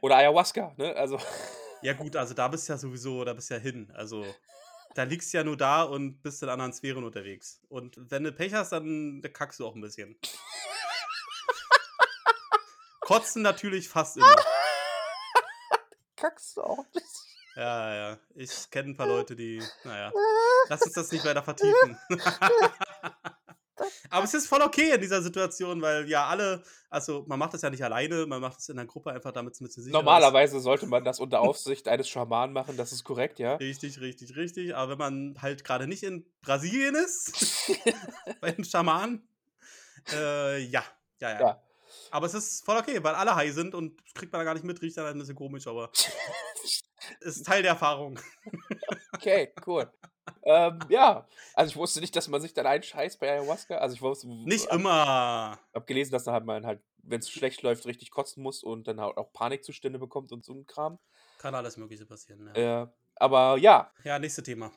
Oder Ayahuasca, ne? Also. Ja, gut, also da bist du ja sowieso, da bist du ja hin. Also, da liegst du ja nur da und bist in anderen Sphären unterwegs. Und wenn du Pech hast, dann kackst du auch ein bisschen. Kotzen natürlich fast immer. Kackst du auch. Ja, ja. Ich kenne ein paar Leute, die. Naja. Lass uns das nicht weiter vertiefen. Aber es ist voll okay in dieser Situation, weil ja alle, also man macht das ja nicht alleine, man macht es in einer Gruppe einfach, damit es mit sich Normalerweise sollte man das unter Aufsicht eines Schamanen machen, das ist korrekt, ja? Richtig, richtig, richtig. Aber wenn man halt gerade nicht in Brasilien ist, bei den Schamanen, äh, ja. ja, ja, Ja. Aber es ist voll okay, weil alle high sind und das kriegt man da gar nicht mit, riecht dann halt ein bisschen komisch, aber ist Teil der Erfahrung. Okay, cool. ähm, ja, also ich wusste nicht, dass man sich dann einscheißt bei Ayahuasca. Also ich wusste, Nicht hab, immer. hab gelesen, dass da halt man halt, wenn es schlecht läuft, richtig kotzen muss und dann halt auch Panikzustände bekommt und so ein Kram. Kann alles Mögliche passieren. Ja, Äh, aber ja, ja nächstes Thema.